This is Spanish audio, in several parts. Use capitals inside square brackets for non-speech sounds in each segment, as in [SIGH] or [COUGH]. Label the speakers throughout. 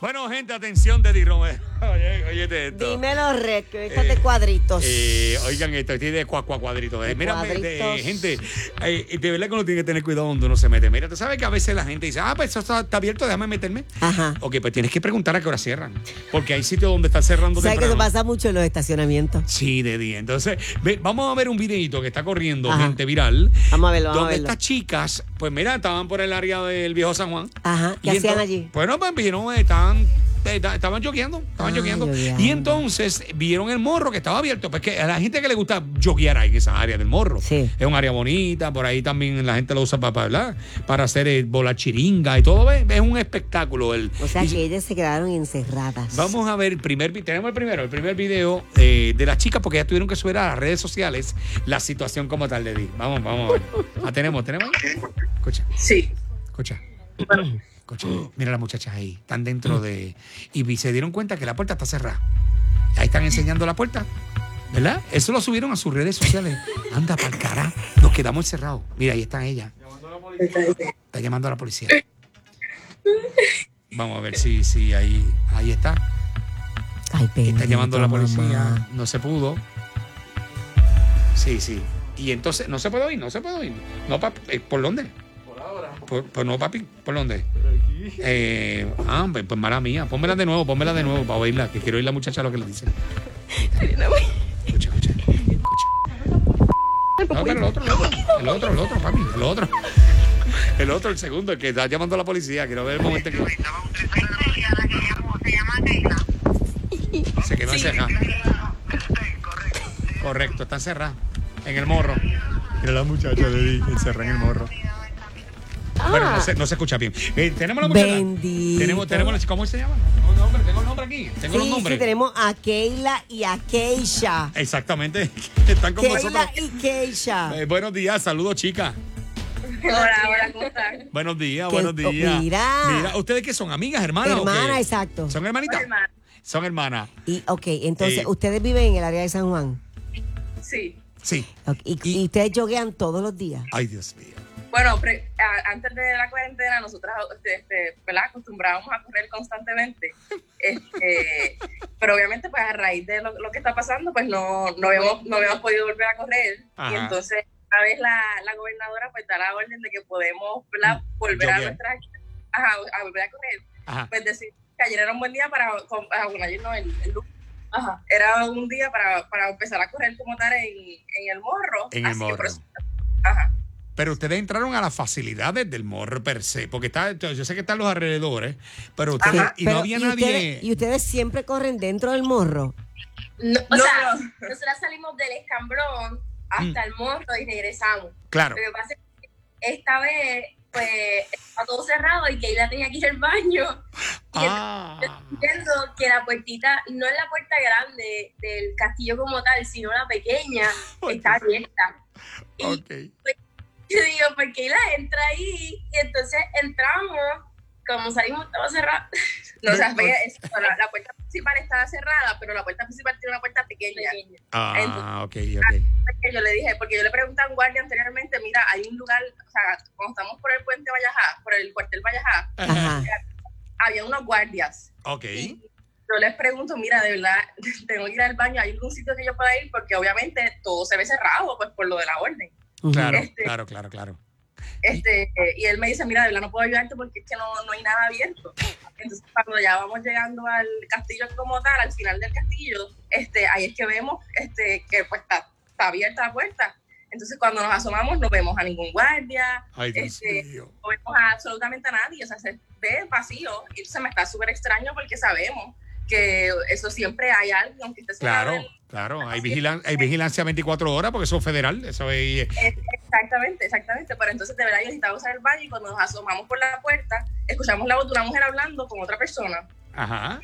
Speaker 1: Bueno, gente, atención, Teddy Romero. [LAUGHS] Oye, óyete esto.
Speaker 2: Dímelo recto, échate cuadritos.
Speaker 1: Eh, oigan esto, estoy de cua, cua, cuadrito. Eh,
Speaker 2: De
Speaker 1: mira, me- de-
Speaker 2: cuadritos.
Speaker 1: gente, eh, de verdad que uno tiene que tener cuidado donde uno se mete. Mira, tú sabes que a veces la gente dice, ah, pues eso está, está abierto, déjame meterme.
Speaker 2: Ajá.
Speaker 1: Ok, pues tienes que preguntar a qué hora cierran. Porque hay sitios donde están cerrando
Speaker 2: ¿Sabes que
Speaker 1: temprano.
Speaker 2: eso pasa mucho en los estacionamientos?
Speaker 1: Sí, de día. Entonces, ve- vamos a ver un videito que está corriendo,
Speaker 2: Ajá.
Speaker 1: gente viral.
Speaker 2: Vamos a verlo, vamos a
Speaker 1: Donde
Speaker 2: verlo.
Speaker 1: estas chicas, pues mira, estaban por el área del viejo San Juan.
Speaker 2: Ajá, ¿qué
Speaker 1: Y
Speaker 2: hacían
Speaker 1: entonces-
Speaker 2: allí?
Speaker 1: Bueno, pues vieron, eh, estaban. eh, ta- Estaban jogueando, estaban
Speaker 2: Ah,
Speaker 1: jogueando.
Speaker 2: jogueando.
Speaker 1: Y entonces vieron el morro que estaba abierto. Pues que a la gente que le gusta joguear ahí en esa área del morro.
Speaker 2: Sí.
Speaker 1: Es un área bonita, por ahí también la gente lo usa para, para, ¿verdad? para hacer eh, bola chiringa y todo. ¿ves? Es un espectáculo. El,
Speaker 2: O sea
Speaker 1: y-
Speaker 2: que ellas se quedaron encerradas.
Speaker 1: Vamos a ver el primer vi- tenemos el primero, el primer video eh, de las chicas porque ya tuvieron que subir a las redes sociales la situación como tal de Di. Vamos, vamos a ver. Ah, tenemos, tenemos. Escucha,
Speaker 3: Sí.
Speaker 1: escucha. Escucha. Mira las muchachas ahí, están dentro de y vi- se dieron cuenta que la puerta está cerrada. Ahí están enseñando la puerta. ¿Verdad? Eso lo subieron a sus redes sociales. Anda para carajo, nos quedamos encerrados. Mira, ahí están ellas. Está llamando a la policía. Vamos a ver si si ahí ahí está.
Speaker 2: Ay,
Speaker 1: Está
Speaker 2: bendito,
Speaker 1: llamando a la
Speaker 2: mamá.
Speaker 1: policía. No se pudo. Sí, sí. Y entonces, no se puede ir, no se puede ir. No, papi, eh, ¿por dónde? Por ahora. Por, no, papi, ¿por dónde? Eh, ah, pues, pues mala mía. Pónmela de nuevo, pónmela de nuevo para oírla, que quiero oír la muchacha lo que le dice. Escucha, escucha. Escucha. No, pero el otro, el otro, el otro, el otro, papi, el otro. El otro, el segundo, el que está llamando a la policía. Quiero ver el momento en que se quedó encerrado. Correcto, está encerrada. En el morro. Mira la muchacha de Di, encerrada en el morro. Bueno, no se, no se escucha bien. Eh, tenemos la muchacha.
Speaker 2: Bendito.
Speaker 1: Tenemos, tenemos la- ¿Cómo se llama? Tengo el nombre, tengo el nombre Eh, aquí. Tengo los
Speaker 2: Sí,
Speaker 1: nombres.
Speaker 2: sí, tenemos a Keila y a Keisha.
Speaker 1: Exactamente. [LAUGHS] Están con nosotros.
Speaker 2: Keila y Keisha.
Speaker 1: Eh, buenos días, saludos, chicas.
Speaker 3: Hola, hola, ¿cómo están?
Speaker 1: Buenos días,
Speaker 2: Que-
Speaker 1: buenos
Speaker 2: oh,
Speaker 1: días.
Speaker 2: mira.
Speaker 1: ¿ustedes qué son? ¿Amigas, hermanas? o qué?
Speaker 2: Hermana, exacto.
Speaker 1: ¿Son hermanitas?
Speaker 3: Hermana.
Speaker 1: Son hermanas.
Speaker 2: Y, ok, entonces,
Speaker 1: Eh.
Speaker 2: ¿ustedes viven en el área de San Juan?
Speaker 3: Sí.
Speaker 1: Sí.
Speaker 2: Ok, y, y ustedes joguean todos los días?
Speaker 1: Ay, Dios mío.
Speaker 3: Bueno, pre- a- antes de la cuarentena, nosotras este, este, ¿verdad? acostumbrábamos a correr constantemente.
Speaker 1: [LAUGHS]
Speaker 3: Este, pero obviamente, pues a raíz de lo, lo que está pasando, pues no, no, habíamos, no habíamos podido volver a correr.
Speaker 1: Ajá.
Speaker 3: Y entonces, a vez la, la gobernadora pues da la orden de que podemos ¿verdad?
Speaker 1: Mm,
Speaker 3: volver a
Speaker 1: Joguear.
Speaker 3: nuestras ajá, a volver a correr.
Speaker 1: Ajá.
Speaker 3: Pues decir que ayer era un buen día para, con- ah, bueno, ayer no, el, el lunes. Ajá. Era un día para, para empezar a correr como tal en, en el morro.
Speaker 1: En el
Speaker 3: Así que por
Speaker 1: morro.
Speaker 3: eso- ajá.
Speaker 1: Pero ustedes entraron a las facilidades del morro per se, porque está, yo sé que están los alrededores, pero ustedes,
Speaker 3: Ajá.
Speaker 1: y
Speaker 2: Pero,
Speaker 1: no había
Speaker 2: ¿y
Speaker 1: nadie.
Speaker 2: Ustedes, ¿Y ustedes siempre corren dentro del morro?
Speaker 4: No, o
Speaker 3: No,
Speaker 4: sea,
Speaker 3: no.
Speaker 4: nosotras salimos del escambrón hasta el morro y regresamos.
Speaker 1: claro.
Speaker 4: Lo que pasa es que esta vez, pues, estaba todo cerrado y Keila tenía que ir al baño. Y
Speaker 1: Ah.
Speaker 3: [LAUGHS]
Speaker 4: entiendo que la puertita, no es la puerta grande del castillo como tal, sino la pequeña,
Speaker 1: Ay,
Speaker 4: está abierta. Y
Speaker 1: Ok.
Speaker 4: yo digo, ¿por qué la entra ahí? Y entonces entramos, como salimos, estaba [LAUGHS] cerrado.
Speaker 3: No, o sea,
Speaker 1: Ve-
Speaker 3: veía eso, la, la puerta principal estaba cerrada, pero la puerta principal tiene una puerta pequeña.
Speaker 1: Ah, ok, ok.
Speaker 3: Porque yo le dije, porque yo le pregunté a un guardia anteriormente, mira, hay un lugar, o sea, cuando estamos por el puente Vallajá, por el cuartel Vallajá,
Speaker 2: Ajá.
Speaker 3: había unos guardias.
Speaker 1: Ok.
Speaker 3: Y yo les pregunto, mira, de verdad, [LAUGHS] tengo que ir al baño, ¿hay algún sitio que yo pueda ir? Porque obviamente todo se ve cerrado, pues por lo de la orden.
Speaker 2: Ujú.
Speaker 1: Claro,
Speaker 3: Este-
Speaker 1: claro, claro, claro.
Speaker 3: Este, eh, y él me dice, mira, de verdad no puedo ayudarte porque es que no, no hay nada abierto. Entonces, cuando ya vamos llegando al castillo como tal, al final del castillo, este, ahí es que vemos este, que pues, está, está abierta la puerta. Entonces, cuando nos asomamos, no vemos a ningún guardia,
Speaker 1: Ay, Dios
Speaker 3: Este-
Speaker 1: mío.
Speaker 3: no vemos a absolutamente a nadie. O sea, se ve vacío. Y se me está súper extraño porque sabemos que eso siempre hay alguien, aunque esté cerrado
Speaker 1: Claro,
Speaker 3: el-
Speaker 1: claro. Hay, vigilan- hay vigilancia 24 horas porque eso es federal. Eso es.
Speaker 3: Eh, Exactamente, exactamente. Pero entonces de verdad yo necesitaba usar el baño y cuando nos asomamos por la puerta, escuchamos la voz de una mujer hablando con otra persona.
Speaker 1: Ajá.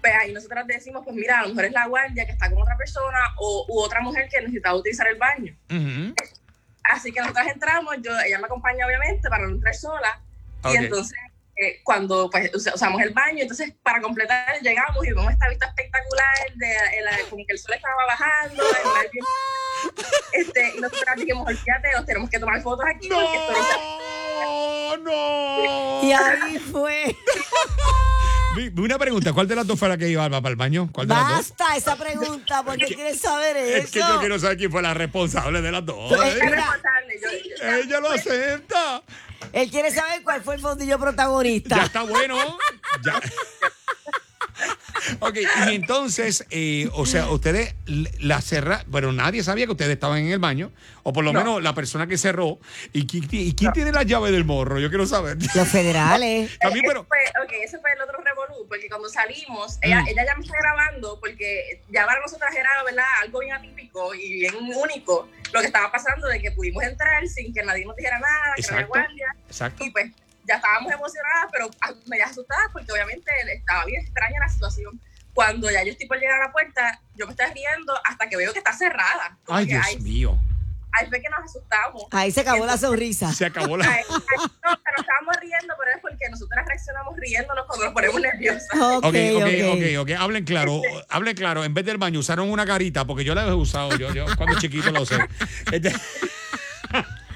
Speaker 3: Pues ahí nosotras decimos, pues mira, a lo mejor es la guardia que está con otra persona o u otra mujer que necesitaba utilizar el baño.
Speaker 1: Ujú.
Speaker 3: Así que nosotras entramos, yo, ella me acompaña obviamente para no entrar sola.
Speaker 1: Ok.
Speaker 3: Y entonces eh, cuando pues usa- usamos el baño, entonces para completar llegamos y vemos esta vista espectacular de, de la- como que el sol estaba bajando. el mar bien- este, y nosotras dijimos, olvídate, nos tenemos que tomar fotos aquí porque esto no
Speaker 1: No,
Speaker 3: se
Speaker 1: no.
Speaker 2: Y ahí fue.
Speaker 1: Vi- vi Una pregunta, ¿cuál de las dos fue la que iba Alba para el baño? ¿Cuál de las dos?
Speaker 2: Basta esa pregunta, porque
Speaker 1: que-
Speaker 2: quieres saber eso.
Speaker 1: Es que yo quiero saber quién fue la responsable de las dos.
Speaker 2: Tú-
Speaker 1: Ella-
Speaker 2: mira,
Speaker 3: responsable, yo- yo-
Speaker 1: Ella lo acepta.
Speaker 2: él quiere saber cuál fue el fondillo protagonista.
Speaker 1: Ya está bueno. Ya. Ok, y entonces, eh, o sea, ustedes l- la cerraron, bueno, nadie sabía que ustedes estaban en el baño, o por lo menos la persona que cerró. ¿Y quién, ti- y quién tiene la llave del morro? Yo quiero saber. [LAUGHS]
Speaker 2: Los federales.
Speaker 3: [LAUGHS]
Speaker 1: También,
Speaker 3: Ese
Speaker 1: pero
Speaker 3: fue- ok, ese fue el otro revolú, porque cuando salimos, ella,
Speaker 1: Mm.
Speaker 3: ella ya me está grabando, porque ya para nosotras era, ¿verdad? Algo bien atípico y bien único, lo que estaba pasando de que pudimos entrar sin que nadie nos dijera nada, que no había
Speaker 1: Exacto.
Speaker 3: guardia,
Speaker 1: Exacto.
Speaker 3: y pues ya estábamos emocionadas, pero ah, a- medias asustadas, porque obviamente estaba bien extraña la situación. Cuando ya yo estoy por llegar a la puerta, yo me estoy riendo hasta que veo que está cerrada. Como
Speaker 1: Ay,
Speaker 3: que
Speaker 1: Dios
Speaker 3: ahí,
Speaker 1: mío.
Speaker 3: ahí fue que nos asustamos.
Speaker 2: Ahí se acabó la sonrisa.
Speaker 1: Se acabó la.
Speaker 3: Ay, ay, no, pero nos estábamos riendo, pero es porque nosotras reaccionamos riéndonos cuando nos ponemos nerviosas.
Speaker 1: [LAUGHS]
Speaker 2: Ok, ok,
Speaker 1: Ok, ok, ok, ok. Hablen
Speaker 3: [LAUGHS]
Speaker 1: claro, hablen claro. En vez del baño usaron una carita, porque yo la he usado, yo, yo cuando chiquito
Speaker 3: [LAUGHS]
Speaker 1: lo usé. Este-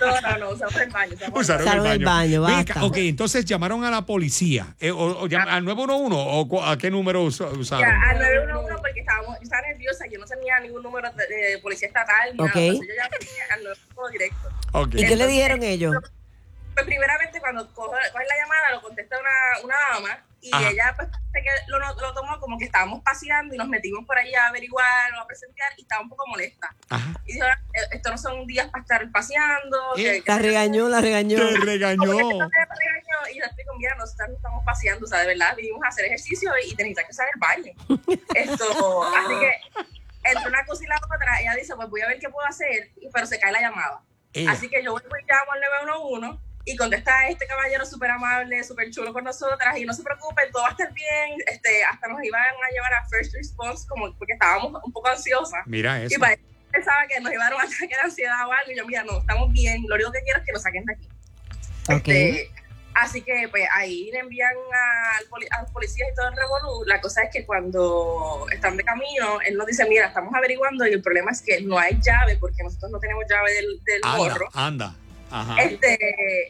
Speaker 3: No, no, no, usamos el baño. usamos el
Speaker 1: Usaron
Speaker 2: Usaron
Speaker 1: el
Speaker 2: el
Speaker 1: baño.
Speaker 2: baño,
Speaker 1: Ven
Speaker 2: basta.
Speaker 1: acá, ok, entonces llamaron a la policía. eh, o, o llam- ¿Al 911 o cu- a qué número us-
Speaker 3: Ya,
Speaker 1: usaron?
Speaker 3: al 911 porque estábamos, yo estaba nerviosa, yo no tenía ningún número de, de policía estatal ni
Speaker 2: Ok.
Speaker 3: nada, entonces yo ya tenía al 911 directo.
Speaker 1: Ok.
Speaker 2: ¿Y qué le
Speaker 3: Entonces,
Speaker 2: dijeron ellos?
Speaker 3: Pues primeramente cuando cojo, coge la llamada lo contesta una, una dama y
Speaker 1: Ajá.
Speaker 3: ella pues parece que lo, lo tomó como que estábamos paseando y nos metimos por ahí a averiguar o a presentar y estaba un poco molesta.
Speaker 1: Ajá.
Speaker 3: Y dijo, "Eh, estos no son días para estar paseando.
Speaker 1: Eh,
Speaker 2: La regañó, la regañó.
Speaker 1: Te
Speaker 3: Como
Speaker 1: regañó.
Speaker 3: que esto me regañó, Y yo estoy con mira, nosotros no estamos paseando, o sea, de verdad, vinimos a hacer ejercicio y necesitas que usar el baño. Esto, así que entre una cosa y la otra, ella dice, pues voy a ver qué puedo hacer, y- pero se cae la llamada.
Speaker 1: Eh,
Speaker 3: Así que yo vuelvo y llamo al 911 y contesta a este caballero súper amable, súper chulo con nosotras, y no se preocupen, todo va a estar bien, este, hasta nos iban a llevar a First Response, como porque estábamos un poco ansiosas.
Speaker 1: Mira
Speaker 3: Y
Speaker 1: eso.
Speaker 3: para pensaba que nos iba a dar un ataque de ansiedad o algo, y yo, mira, no, estamos bien, lo único que quiero es que nos saquen de aquí.
Speaker 2: Ok.
Speaker 3: Este, así que pues ahí le envían al poli- a los policías y todo el revolú. La cosa es que cuando están de camino, él nos dice, mira, estamos averiguando y el problema es que no hay llave porque nosotros no tenemos llave del, del
Speaker 1: Anda,
Speaker 3: morro.
Speaker 1: anda. Ajá.
Speaker 3: Este,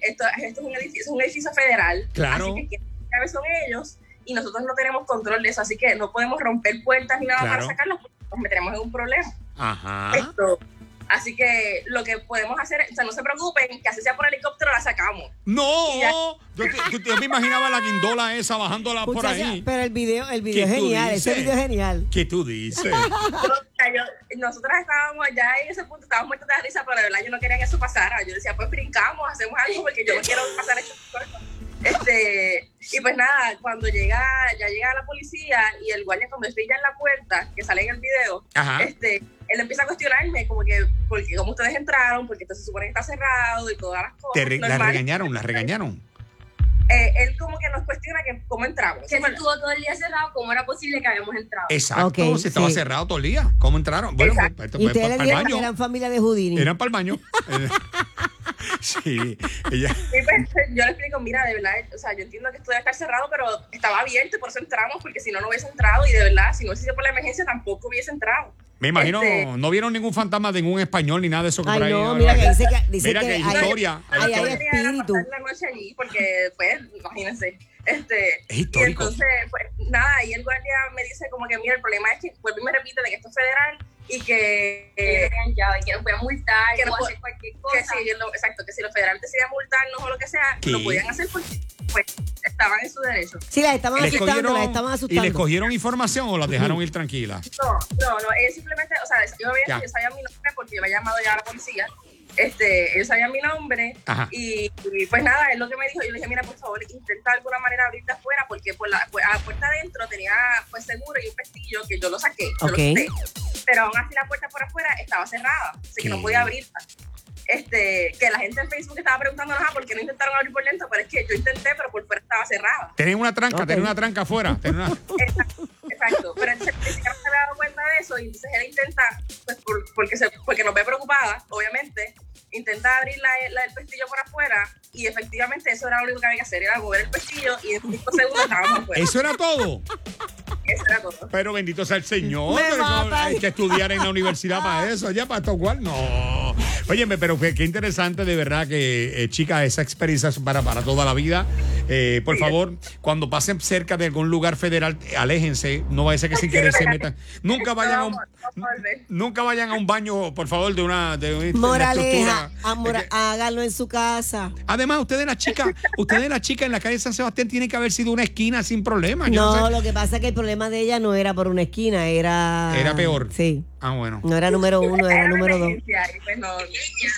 Speaker 3: esto, esto es un edificio, es un edificio federal.
Speaker 1: Claro.
Speaker 3: Así que quienes tienen llave son ellos y nosotros no tenemos control de eso, así que no podemos romper puertas ni nada
Speaker 1: Claro.
Speaker 3: para sacarlos porque nos meteremos en un problema.
Speaker 1: Ajá.
Speaker 3: Esto, así que lo que podemos hacer, o sea, no se preocupen, que así sea por helicóptero la sacamos.
Speaker 1: No, yo, te- yo te- yo me imaginaba la guindola esa bajándola por
Speaker 2: Muchacha,
Speaker 1: ahí.
Speaker 2: Pero el video, el video es
Speaker 1: ¿Qué tú
Speaker 2: genial, ese
Speaker 1: dices?
Speaker 2: video es genial.
Speaker 1: ¿Qué tú
Speaker 3: [LAUGHS]
Speaker 1: dices?
Speaker 3: Yo, o sea, yo- nosotras estábamos ya en ese punto, estábamos muertos de risa, pero de verdad yo no quería que eso pasara. Yo decía, pues brincamos, hacemos algo porque yo no quiero pasar estas cosas. Este, y pues nada, cuando llega, ya llega la policía y el guardia cuando estoy ya en la puerta, que sale en el video,
Speaker 1: Ajá.
Speaker 3: este, él empieza a cuestionarme como que, porque como ustedes entraron, porque esto se supone que está cerrado y todas las cosas.
Speaker 1: Te re- la
Speaker 3: normal.
Speaker 1: regañaron, la regañaron.
Speaker 3: Eh, él como que nos cuestiona que cómo entramos.
Speaker 4: Que se estuvo todo el día cerrado, ¿cómo era posible que habíamos entrado?
Speaker 1: Exacto,
Speaker 2: Ok,
Speaker 1: se estaba
Speaker 2: sí.
Speaker 1: cerrado todo el día. ¿Cómo entraron? Bueno,
Speaker 3: Exacto.
Speaker 1: pues, esto
Speaker 2: Y
Speaker 1: fue
Speaker 2: ustedes
Speaker 1: pa-
Speaker 2: le
Speaker 1: para el
Speaker 2: dijeron que
Speaker 1: baño.
Speaker 2: eran familia de Houdini.
Speaker 1: Eran para el baño. [LAUGHS] sí, ella.
Speaker 3: Y pues, [LAUGHS] yo le explico, mira, de verdad, o sea, yo entiendo que esto debe estar cerrado, pero estaba abierto y por eso entramos, porque si no, no hubiese entrado y de verdad, si no hubiese sido por la emergencia, tampoco hubiese entrado.
Speaker 1: Me imagino,
Speaker 3: Este-
Speaker 1: no vieron ningún fantasma de ningún español ni nada de eso que por ahí.
Speaker 2: Ay, no, mira que dice que, dice
Speaker 1: Mira que
Speaker 2: hay-
Speaker 1: historia, hay
Speaker 2: Ay, ay,
Speaker 1: historia.
Speaker 2: ay. espíritu.
Speaker 3: Pasar la noche allí, porque, pues, imagínense. Este,
Speaker 1: Es histórico.
Speaker 3: Y entonces, pues, nada, y el guardia me dice como que, mira, el problema es que, vuelvo y me repite de que esto es federal y que...
Speaker 4: Que no tenían llave, que nos podían multar,
Speaker 3: que
Speaker 4: que
Speaker 3: no po-
Speaker 4: hacer cualquier
Speaker 3: que
Speaker 4: cosa.
Speaker 3: si lo, exacto, que si los federales decidían multarnos o lo que sea,
Speaker 1: ¿Qué?
Speaker 3: lo podían hacer porque pues, estaban en su derecho.
Speaker 2: Sí, las estaban
Speaker 1: ¿Les
Speaker 2: asustando, las estaban
Speaker 1: cogieron, ¿Y les
Speaker 2: asustando.
Speaker 1: cogieron información o las dejaron ir tranquilas?
Speaker 3: No, no, no, ellos simplemente, o sea, yo, había,
Speaker 1: Ya.
Speaker 3: yo sabía mi nombre porque yo había llamado ya a la policía. Este, ellos sabían mi nombre
Speaker 1: Ajá.
Speaker 3: y, y, pues nada, es lo que me dijo. Yo le dije, mira, por favor, intenta de alguna manera abrirte afuera porque por la, pues, a la puerta adentro tenía pues seguro y un pestillo que yo lo saqué, yo lo
Speaker 2: Ok.
Speaker 3: quité. Pero aún así la puerta por afuera estaba cerrada, así que
Speaker 1: ¿Qué?
Speaker 3: no podía abrirla. Este, que la gente en Facebook estaba preguntando, ajá, ¿por qué no intentaron abrir por dentro? Pero es que yo intenté, pero por fuera estaba cerrada.
Speaker 1: Tenían una tranca,
Speaker 2: Ok.
Speaker 1: tenían una tranca afuera. tenían
Speaker 3: [LAUGHS]
Speaker 1: una-
Speaker 3: Exacto, exacto. Pero entonces ni siquiera se había dado cuenta de eso y entonces él intenta, pues por- porque, se, porque nos ve preocupada, obviamente, intenta abrir la, la- el pestillo por afuera y efectivamente eso era lo único que había que hacer, era mover el pestillo y en 5 segundos estábamos afuera.
Speaker 1: Eso era todo.
Speaker 3: Eso era todo.
Speaker 1: Pero bendito sea el Señor.
Speaker 2: Me
Speaker 1: pero no,
Speaker 2: matan.
Speaker 1: hay que estudiar en la universidad
Speaker 2: [LAUGHS]
Speaker 1: para eso, ya para cual no. Óyeme, pero qué, qué interesante de verdad que, eh, chicas, esa experiencia es para, para toda la vida. Eh, por favor, cuando pasen cerca de algún lugar federal, eh, aléjense. No vaya a ser que sin querer se metan. Nunca vayan a un,
Speaker 3: No, por favor.
Speaker 1: nunca vayan a un baño, por favor, de una, de [LAUGHS] una
Speaker 2: Moraleja,
Speaker 1: estructura.
Speaker 2: amor,
Speaker 1: Es que-
Speaker 2: hágalo en su casa.
Speaker 1: Además, ustedes las chicas, ustedes las chicas en la calle San Sebastián tienen que haber sido una esquina sin problema. Yo no
Speaker 2: No,
Speaker 1: sé.
Speaker 2: lo que pasa es que el problema de ella no era por una esquina, era.
Speaker 1: Era peor.
Speaker 2: Sí.
Speaker 1: Ah, bueno.
Speaker 2: No era número uno, era número dos.
Speaker 3: emergencia, y pues no,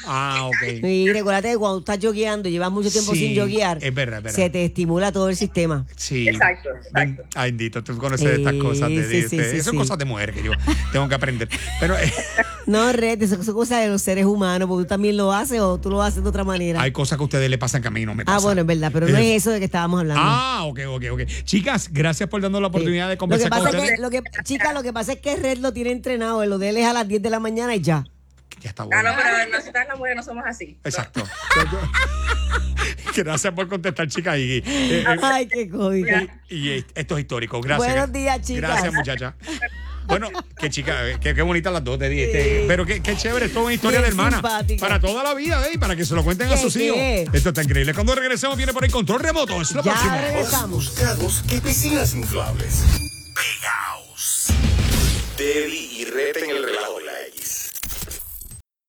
Speaker 1: Ah, ok.
Speaker 2: Y recuérdate que cuando estás jogueando, llevas mucho tiempo
Speaker 1: Sí,
Speaker 2: sin joguear,
Speaker 1: es verdad, es verdad.
Speaker 2: se te estimula todo el sistema.
Speaker 1: Sí.
Speaker 3: Exacto,
Speaker 1: Ben-
Speaker 3: exacto.
Speaker 1: Ay, Dito, tú conoces de estas
Speaker 2: Sí,
Speaker 1: cosas. De,
Speaker 2: sí,
Speaker 1: de-
Speaker 2: sí,
Speaker 1: de-
Speaker 2: sí,
Speaker 1: son
Speaker 2: sí.
Speaker 1: cosas de mujer que yo tengo que aprender. Pero
Speaker 2: [LAUGHS]
Speaker 1: eh,
Speaker 2: No, Red, eso son cosas de los seres humanos, porque tú también lo haces o tú lo haces de otra manera.
Speaker 1: hay cosas que a ustedes le pasan que a mí no me
Speaker 2: ah,
Speaker 1: pasan.
Speaker 2: bueno, es verdad, pero no
Speaker 1: Eh,
Speaker 2: es eso de que estábamos hablando.
Speaker 1: Ah, ok, ok, ok. Chicas, gracias por darnos la
Speaker 2: Sí.
Speaker 1: oportunidad de
Speaker 2: Lo que
Speaker 1: conversar con
Speaker 2: pasa es
Speaker 1: ustedes.
Speaker 2: que- lo que- chica, lo que pasa es que Red lo tiene entrenado, lo de él es a las 10 de la mañana
Speaker 1: [LAUGHS]
Speaker 2: y ya.
Speaker 1: Ya está bueno.
Speaker 3: Ah, no, pero nosotras las mujeres no somos así.
Speaker 1: Exacto. [LAUGHS] gracias por contestar, chicas. Y, eh,
Speaker 3: Ah,
Speaker 1: eh,
Speaker 2: Ay, qué cómico.
Speaker 1: Y eh, esto es histórico. Gracias.
Speaker 2: Buenos días, chicas.
Speaker 1: Gracias, muchacha. Bueno, qué chica, eh, qué, qué bonitas las dos te di. este, Pero qué, qué chévere, esto es una historia
Speaker 2: Bien
Speaker 1: de hermana.
Speaker 2: simpática.
Speaker 1: Para toda la vida, eh, para que se lo cuenten a
Speaker 2: ¿Qué,
Speaker 1: sus
Speaker 2: qué?
Speaker 1: hijos. Esto está increíble. Cuando regresemos, viene por el control remoto. Es lo próximo.
Speaker 2: Ya regresamos.
Speaker 5: buscados que piscinas inflables. Pegaos. Debbie y Red en el